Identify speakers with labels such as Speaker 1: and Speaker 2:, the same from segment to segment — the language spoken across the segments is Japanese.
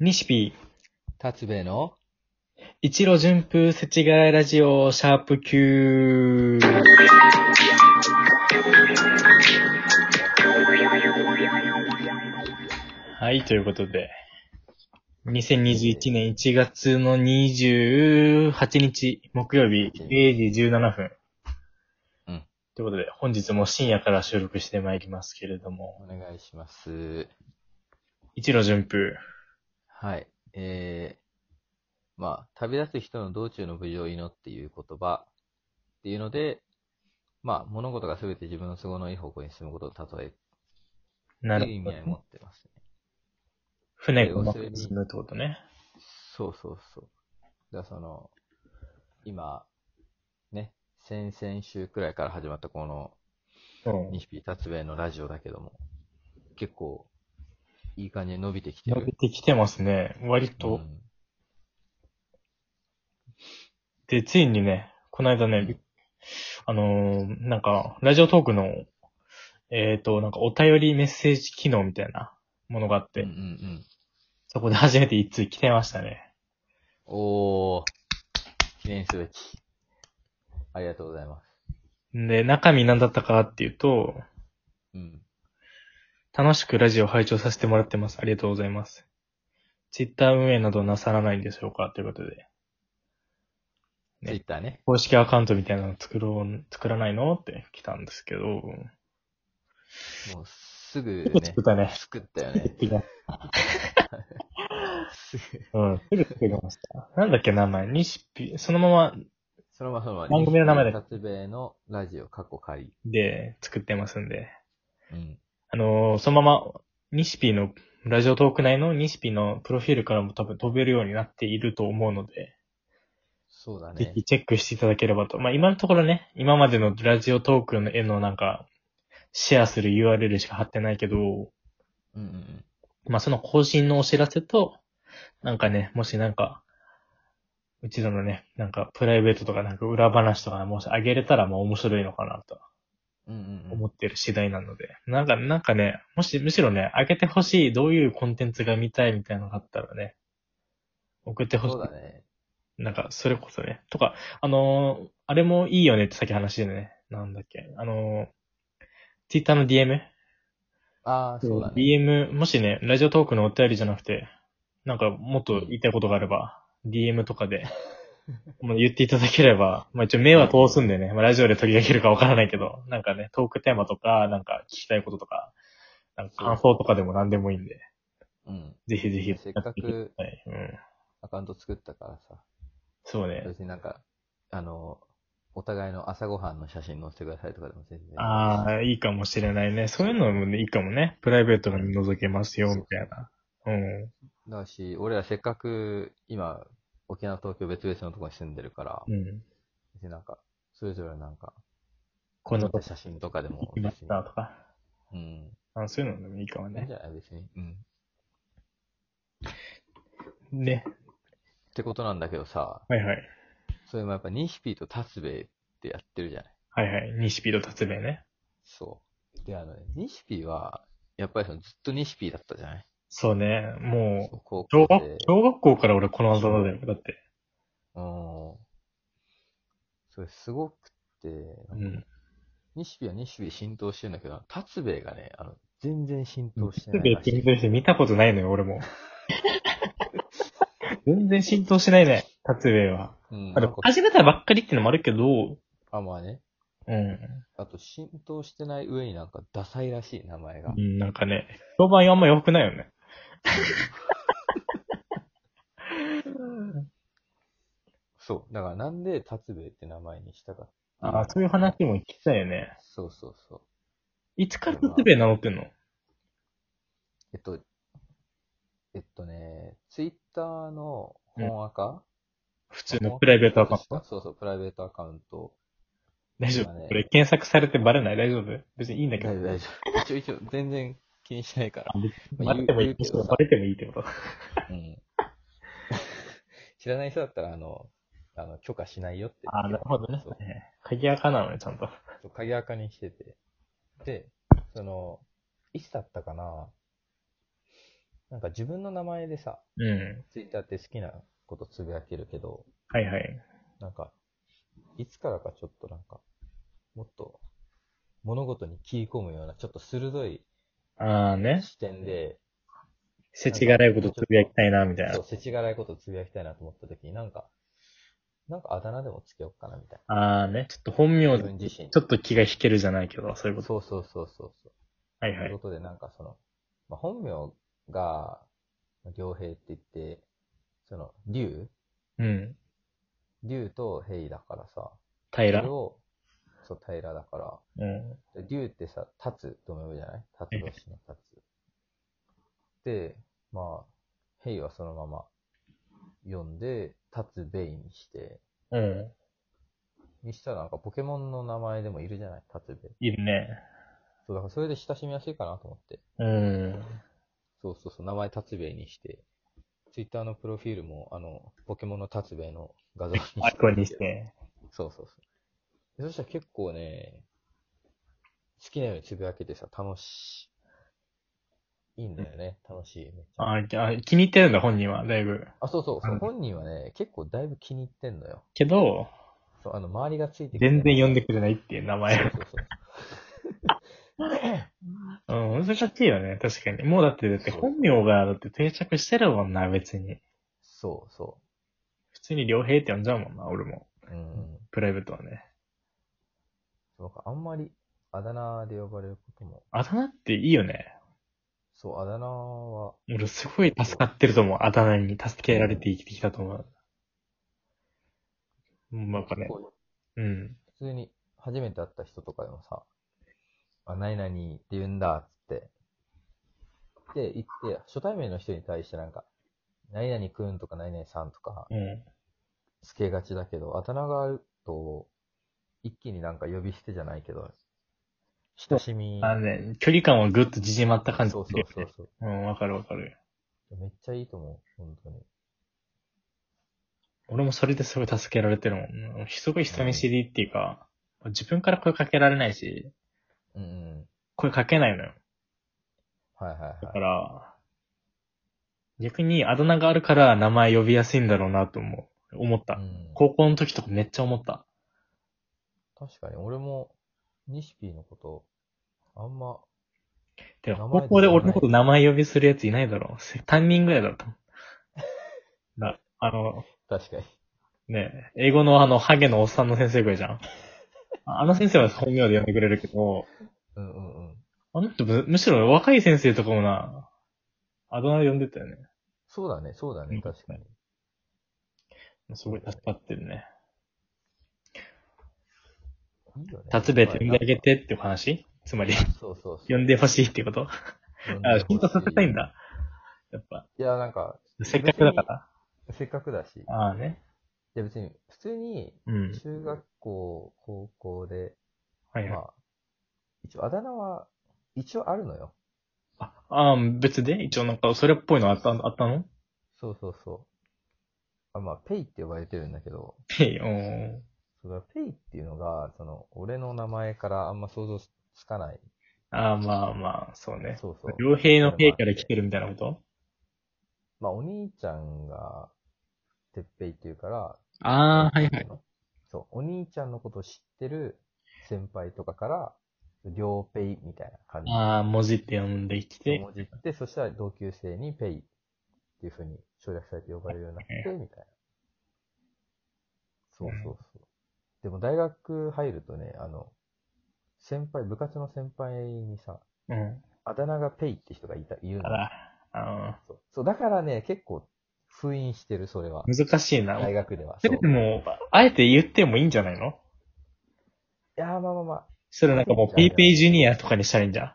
Speaker 1: 西ピ
Speaker 2: 達兵衛の
Speaker 1: ー、一路順風せちがいラジオ、シャープ Q。はい、ということで、2021年1月の28日、木曜日、0時17分。
Speaker 2: うん。
Speaker 1: ということで、本日も深夜から収録してまいりますけれども、
Speaker 2: お願いします。
Speaker 1: 一路順風。
Speaker 2: はい。えー、まあ、旅立つ人の道中の無事を祈っていう言葉っていうので、まあ、物事が全て自分の都合のいい方向に進むことを例え
Speaker 1: な
Speaker 2: って
Speaker 1: る
Speaker 2: いう意
Speaker 1: ほ
Speaker 2: 味合いを
Speaker 1: ど。
Speaker 2: 持ってますね。
Speaker 1: 船がうまく進むってことね。
Speaker 2: そうそうそう。だからその、今、ね、先々週くらいから始まったこの
Speaker 1: うん。
Speaker 2: 西日達兵衛のラジオだけども、結構、いい感じに伸びてきて
Speaker 1: 伸び
Speaker 2: る。
Speaker 1: てきてますね。割と。
Speaker 2: うん
Speaker 1: で、ついにね、この間ね、
Speaker 2: うん
Speaker 1: あのーなんか、ラジオトークの、えっ、と、なんかお便りメッセージ機能みたいなものがあって、
Speaker 2: うんうんうん。
Speaker 1: そこで初めて一通来てましたね。
Speaker 2: おー、記念すべき。ありがとうございます。
Speaker 1: で、中身何だったかっていうと、
Speaker 2: うん。
Speaker 1: 楽しくラジオ拝聴させてもらってます。ありがとうございます。ツイッター運営などなさらないんでしょうかということで、ね
Speaker 2: ツイッターね。
Speaker 1: 公式アカウントみたいなの作ろう、作らないのって来たんですけど、
Speaker 2: もうすぐ
Speaker 1: すぐ
Speaker 2: ね
Speaker 1: 作っ、たね。
Speaker 2: 作ったよね。 すぐ
Speaker 1: うん、すぐ作りました。なんだっけ、名前。西ピ、そのまま
Speaker 2: そのままそのまま。
Speaker 1: 番組の名前だ
Speaker 2: 達兵衛のラジオ、過去仮。
Speaker 1: で作ってますんで。
Speaker 2: うん。
Speaker 1: あのーそのまま、西ピの、ラジオトーク内の西ピのプロフィールからも多分飛べるようになっていると思うので、
Speaker 2: そうだ
Speaker 1: ぜ
Speaker 2: ね
Speaker 1: ひ。チェックしていただければと。まあ、今のところね、今までのラジオトークの絵のなんか、シェアする URL しか貼ってないけど、
Speaker 2: うんうんうん。
Speaker 1: まあ、その更新のお知らせと、なんかね、もしなんか、うちらのね、なんかプライベートとかなんか裏話とかもしあげれたらまあ面白いのかなと
Speaker 2: うんうんう
Speaker 1: 思
Speaker 2: ん。
Speaker 1: ってる次第なので、なんか、なんかね、もし、むしろね、あげてほしい、どういうコンテンツが見たいみたいなのがあったらね、送ってほしい
Speaker 2: そう。だね。
Speaker 1: なんか、それこそね。とか、あのーあれもいいよねってさっき話してたね。なんだっけ。あのー、Twitter の DM?
Speaker 2: ああ、そうだね。
Speaker 1: DM、もしね、ラジオトークのお便りじゃなくて、なんか、もっと言いたいことがあれば、DM とか で、もう言っていただければ、まあ一応目は通すんでね、まあラジオで取り上げるかわからないけど、なんかね、トークテーマとか、なんか聞きたいこととか、なんか感想とかでも何でもいいんで、
Speaker 2: うん。
Speaker 1: ぜひぜひ。
Speaker 2: せっかく
Speaker 1: はい、うん。
Speaker 2: アカウント作ったからさ。
Speaker 1: そうね。
Speaker 2: 別になんか、あの、お互いの朝ごはんの写真載せてくださいとかでも全然。
Speaker 1: ああ、いいかもしれないね。そういうのもね、いいかもね。プライベートが覗けますよ、みたいな。うん。
Speaker 2: だし、俺らせっかく今、沖縄、東京別々のところに住んでるから、
Speaker 1: うん。
Speaker 2: 別になんか、それぞれなんか、
Speaker 1: こんな
Speaker 2: 撮
Speaker 1: こ
Speaker 2: った
Speaker 1: と
Speaker 2: 写真とかでも
Speaker 1: しま
Speaker 2: 別
Speaker 1: し
Speaker 2: に、
Speaker 1: たとか。
Speaker 2: うん。
Speaker 1: あそういうのでもいいかも
Speaker 2: いいん
Speaker 1: ね
Speaker 2: じ。ゃない別に。うん。
Speaker 1: ね。
Speaker 2: ってことなんだけどさ、
Speaker 1: はいはい。
Speaker 2: それもやっぱニシピとタスベイってやってるじゃない
Speaker 1: はいはい。西ピード達兵衛ね。
Speaker 2: そう。で、あのね、ニシピは、やっぱりそのずっとニシピだったじゃない
Speaker 1: そうね。もう、
Speaker 2: そ
Speaker 1: 小
Speaker 2: う高校
Speaker 1: 学
Speaker 2: 生。、
Speaker 1: 小学校から俺この技だよ。だって。
Speaker 2: うん。それすごくて、
Speaker 1: うん。
Speaker 2: ニシピはニシピ浸透してるんだけど、タツベイがね、あの、全然浸透して
Speaker 1: 達
Speaker 2: な
Speaker 1: 兵衛
Speaker 2: い
Speaker 1: っ
Speaker 2: ら
Speaker 1: て
Speaker 2: し
Speaker 1: 見
Speaker 2: い
Speaker 1: て。る人見たことないのよ、俺も。 全然浸透しないね、達兵衛は。
Speaker 2: うん、
Speaker 1: あ
Speaker 2: な
Speaker 1: で
Speaker 2: ん
Speaker 1: も
Speaker 2: か
Speaker 1: 始めたばっかりってのもあるけど、
Speaker 2: あ、まあね。
Speaker 1: うん。
Speaker 2: あと、浸透してない上になんか、ダサいらしい名前が
Speaker 1: う。ん、なんかね、評判あんま良くないよね。
Speaker 2: そう。だから、なんで、達兵衛って名前にしたか。
Speaker 1: ああ、そういう話も聞きたいよね。
Speaker 2: そうそうそう。
Speaker 1: いつから達兵衛名乗ってんの
Speaker 2: えっと、えっとね、ツイッターの本アカ、
Speaker 1: 普通のプライベートアカウン
Speaker 2: そう
Speaker 1: ト。
Speaker 2: そうそう、プライベートアカウント。
Speaker 1: 大丈夫
Speaker 2: 今ね
Speaker 1: これ検索されてバレない大丈夫別にいいんだ
Speaker 2: 大
Speaker 1: け
Speaker 2: 丈
Speaker 1: ど。
Speaker 2: 夫、大丈夫。一応、一応、全然気にしないから。
Speaker 1: バレてもいい
Speaker 2: 言うけどさ
Speaker 1: バレてもいいってこと。
Speaker 2: うん。 知らない人だったら、あの、あの許可しないよって。
Speaker 1: ああ、なるほどね
Speaker 2: そう。
Speaker 1: 鍵垢なのね、ちゃんと。
Speaker 2: そう、鍵垢にしてて。で、その、いつだったかななんか自分の名前でさ、
Speaker 1: うん。
Speaker 2: ツイッターって好きなことつぶやけるけど、
Speaker 1: はいはい。
Speaker 2: なんか、いつからかちょっとなんか、もっと物事に切り込むような、ちょっと鋭い
Speaker 1: ああね。
Speaker 2: 視点で、
Speaker 1: せちがらいことつぶやきたいな、みたい
Speaker 2: そ
Speaker 1: な
Speaker 2: う、。せちがらいことをつぶやきたいなと思った時に、なんか、なんかあだ名でもつけようかなみたい
Speaker 1: ああね。ちょっと本名
Speaker 2: な。
Speaker 1: で
Speaker 2: 自分自身。
Speaker 1: ちょっと気が引けるじゃないけど、そういうこと。
Speaker 2: そうそうそうそうそう。
Speaker 1: はい
Speaker 2: と
Speaker 1: はい
Speaker 2: いう
Speaker 1: い。
Speaker 2: ことで、なんかその、まあ、本名が、良平って言って、その、竜
Speaker 1: うん。
Speaker 2: 竜と平だからさ、そ
Speaker 1: 平
Speaker 2: れ。を、そう、平だか
Speaker 1: うん。
Speaker 2: ら、で竜ってさ、立つとも呼ぶじゃない立つ年の立つ。で、まあ、平はそのまま読んで、立つイにして、
Speaker 1: うん。
Speaker 2: にしたらなんかポケモンの名前でもいるじゃない立つイ
Speaker 1: いるね。
Speaker 2: そう、だからそれで親しみやすいかなと思って。
Speaker 1: うん。
Speaker 2: そうそうそう、名前立つべにして、ツイッターのプロフィールも、あの、ポケモンの立つべの画像にして。
Speaker 1: アイコンにし。て。
Speaker 2: そうそうそう。でそしたら結構ね、好きなようにつぶやけてさ、楽しい。いいんだよね、楽しい。めっちゃ。
Speaker 1: あーあ、気に入ってるんだ、本人は、だいぶ。
Speaker 2: あ、そうそうそうう、
Speaker 1: ん
Speaker 2: 本人はね、結構だいぶ気に入ってんのよ。
Speaker 1: けど、
Speaker 2: そう、あの、周りがついて
Speaker 1: 全然
Speaker 2: 読
Speaker 1: 呼んでくれないっていう名前
Speaker 2: そう。そうそう。
Speaker 1: うん、難しいよね、確かに。もうだって、だって本名が、だって定着してるもんな、別に。
Speaker 2: そうそ
Speaker 1: 普通に良平って呼んじゃうもんな、俺も。
Speaker 2: う。うん。
Speaker 1: プライベートはね。
Speaker 2: そうか、あんまり、あだ名で呼ばれることも。
Speaker 1: あだ名っていいよね。
Speaker 2: そう、あだ名は、
Speaker 1: 俺すごい助かってると思う。あだ名に助けられて生きてきたと思う。うん、なんかね
Speaker 2: こ。う
Speaker 1: うん。
Speaker 2: 普通に初めて会った人とかでもさ、あ、何々って言うんだっつって。で、行って、初対面の人に対してなんか、何々くんとか何々さんとか、
Speaker 1: うん。
Speaker 2: つけがちだけど、あだ名があると、一気になんか呼び捨てじゃないけど、親しみ。
Speaker 1: あのね、距離感はぐっと縮まった感じ
Speaker 2: そうそうそうそう。
Speaker 1: うん、わかるわかる。
Speaker 2: めっちゃいいと思う、本当に。
Speaker 1: 俺もそれですごい助けられてるもん。うんすごい人見知りっていうか、自分から声かけられないし、
Speaker 2: うんうん。
Speaker 1: 声かけないのよ。
Speaker 2: はいはい
Speaker 1: だ
Speaker 2: は
Speaker 1: か
Speaker 2: い。
Speaker 1: ら、逆にあだ名があるから名前呼びやすいんだろうなと思う。思った
Speaker 2: う。ん、
Speaker 1: 高校の時とかめっちゃ思った。
Speaker 2: 確かに、俺も、ニシピーのこと、あんま、
Speaker 1: てか、
Speaker 2: 名前で
Speaker 1: 高校で俺のこと名前呼びするやついないだろう。せ担任ぐらいだったもん。な、あの、
Speaker 2: 確かに。
Speaker 1: ね、英語のあの、ハゲのおっさんの先生ぐらいじゃん。ああの先生は本名で呼んでくれるけど、
Speaker 2: うんうんうん。
Speaker 1: あの人む、むしろ若い先生とかもな、あだ名で呼んでたよね。
Speaker 2: そうだね、そうだ
Speaker 1: うん
Speaker 2: ね、確かに。
Speaker 1: すごい助かってるね。
Speaker 2: いいよね。
Speaker 1: 立べて呼んであげてっていう話つまり、
Speaker 2: そうそうそう。
Speaker 1: 呼んでほしいっていうこと
Speaker 2: 呼んで
Speaker 1: あ
Speaker 2: ほしい、
Speaker 1: 浸透させたいんだ。やっぱ、
Speaker 2: いや、なんか、
Speaker 1: せっかくだから。
Speaker 2: せっかくだし。い
Speaker 1: ああね。
Speaker 2: や、別に、普通に、
Speaker 1: うん。
Speaker 2: 中学校、高校で、
Speaker 1: はいはい。
Speaker 2: まあ、一応、あだ名は、一応あるのよ。
Speaker 1: あ、あー別で一応なんか、それっぽいのあった、あったの
Speaker 2: そうそうそう。あ、まあ、ペイって呼ばれてるんだけど、
Speaker 1: ペイ、うん。
Speaker 2: そのペイっていうのが、その、俺の名前からあんま想像つかない。
Speaker 1: ああ、まあまあ、そうね。
Speaker 2: そうそう。
Speaker 1: 両平の平から来てるみたいなこと
Speaker 2: まあ、お兄ちゃんが、てっぺいっていうから、
Speaker 1: ああ、はいはい。
Speaker 2: そう、お兄ちゃんのことを知ってる先輩とかから、りょうペイみたいな感じ
Speaker 1: ああ、文字って読んできて、
Speaker 2: で、文字って、そしたら同級生にペイっていう風に省略されて呼ばれるようになって、みたいな。そうそうそう。でも大学入るとね、あの、先輩、部活の先輩にさ、
Speaker 1: うん。
Speaker 2: あだ名がペイって人がいた、いる
Speaker 1: あ
Speaker 2: の。
Speaker 1: ら、あ
Speaker 2: そうそう、だからね、結構封印してる、それは。
Speaker 1: ー難しいな。
Speaker 2: 大学では。
Speaker 1: そ
Speaker 2: そう。
Speaker 1: れ
Speaker 2: い
Speaker 1: でも、あえて言ってもいいんじゃないの
Speaker 2: やーまあまあまあ、
Speaker 1: それなんかもう、ペイペイジュニアとかにしたらいいんじゃん。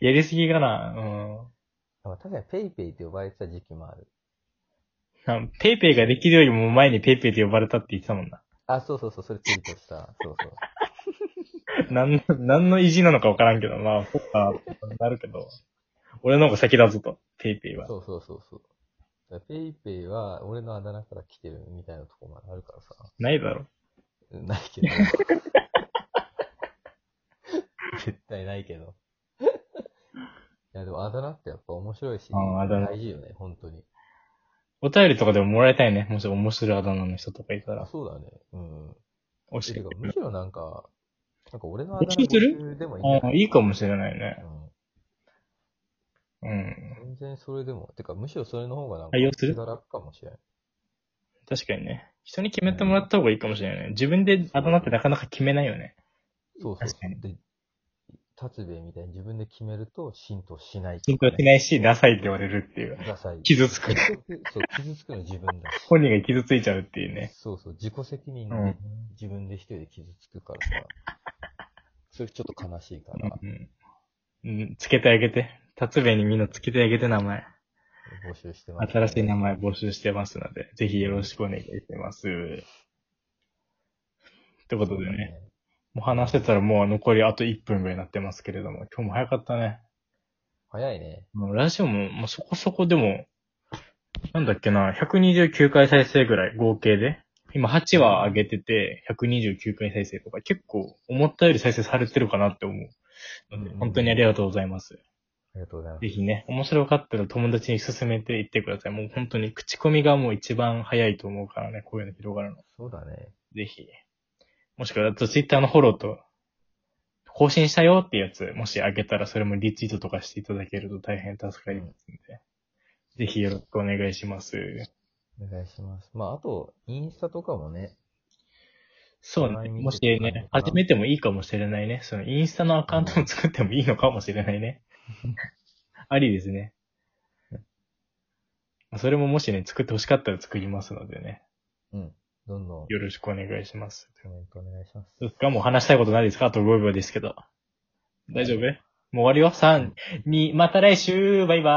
Speaker 1: やりすぎかな。うん。
Speaker 2: まあ確かにペイペイって呼ばれてた時期もある。
Speaker 1: なんペイペイができるよりも前にペイペイって呼ばれたって言ってたもんな。
Speaker 2: あ、そうそうそう、それツイートした。そうそ う。
Speaker 1: なん、なんの意地なのかわからんけど、まあ、そっか、なるけど。俺の方が先だぞと、ペイペイは。
Speaker 2: そうそうそうそう。だからペイペイは俺のあだ名から来てるみたいなとこまであるからさ。
Speaker 1: ないだろ。
Speaker 2: ないけど。 絶対ないけど。いや、でもあだ名ってやっぱ面白いし、
Speaker 1: うんあだ名
Speaker 2: 大事よね、本当に。
Speaker 1: お便りとかでももらいたいね。もし面白いあだ名の人とかいたら。
Speaker 2: そうだね。うん。
Speaker 1: 教え
Speaker 2: て
Speaker 1: て
Speaker 2: か
Speaker 1: く
Speaker 2: む
Speaker 1: れ
Speaker 2: しろなんか、なんか俺のあだ名
Speaker 1: 募集する
Speaker 2: 募集でもいいんじゃ
Speaker 1: あ
Speaker 2: な
Speaker 1: あ
Speaker 2: い
Speaker 1: いいかもしれないね。うん。
Speaker 2: うん。全然それでも。てか、むしろそれの方がなんか、
Speaker 1: 採用する
Speaker 2: 気が楽かもしれない。
Speaker 1: 確かにね。人に決めてもらった方がいいかもしれないね。自分であだ名ってなかなか決めないよね。
Speaker 2: そうそう
Speaker 1: 確か
Speaker 2: そう。
Speaker 1: に
Speaker 2: で、達兵衛みたいに自分で決めると浸透しない、
Speaker 1: 浸透しないし、ダサいって言われるっていう。
Speaker 2: ダサい。
Speaker 1: 傷つく。
Speaker 2: そう、傷つくの自分だし。
Speaker 1: 本人が傷ついちゃうっていうね。
Speaker 2: そうそう、自己責任で、
Speaker 1: うん
Speaker 2: 自分で一人で傷つくからさ。それちょっと悲しいから。
Speaker 1: うん。うんつけてあげて。達兵衛にみんなつけてあげて名前。
Speaker 2: 募集してます、
Speaker 1: 新しい名前募集してますので、ぜひよろしくお願いします。ってことでね、。もう話してたらもう残りあと1分ぐらいになってますけれども、今日も早かったね。
Speaker 2: 早いね。
Speaker 1: もうラジオも、もうそこそこでも、なんだっけな、129回再生ぐらい、合計で。今8話上げてて、129回再生とか、結構思ったより再生されてるかなって思うので。
Speaker 2: うん
Speaker 1: 本当にありがとうございます。
Speaker 2: ありがとうございます
Speaker 1: ぜ。ひね、面白かったら友達に勧めていってください。もう本当に口コミがもう一番早いと思うからね、こういうの広がるの。
Speaker 2: そうだね。
Speaker 1: ぜひ。もしくは、あとツイッターのフォローと、更新したよっていうやつ、もしあげたらそれもリツイートとかしていただけると大変助かりますので、ぜひよろしくお願いします。
Speaker 2: お願いします。まあ、あと、インスタとかもね、
Speaker 1: そう
Speaker 2: お
Speaker 1: ね。
Speaker 2: 互い見て
Speaker 1: もしね、始めてもいいかもしれないね。そのインスタのアカウントも作ってもいいのかもしれない ね。ありですね。それももしね、作って欲しかったら作りますのでね。
Speaker 2: うん。どんどん
Speaker 1: よろしくお願いします。
Speaker 2: コメントお願いします。
Speaker 1: どうですかもう話したいことないですかあと5秒ですけど。大丈夫もう終わるよ ?3、2、また来週バイバイ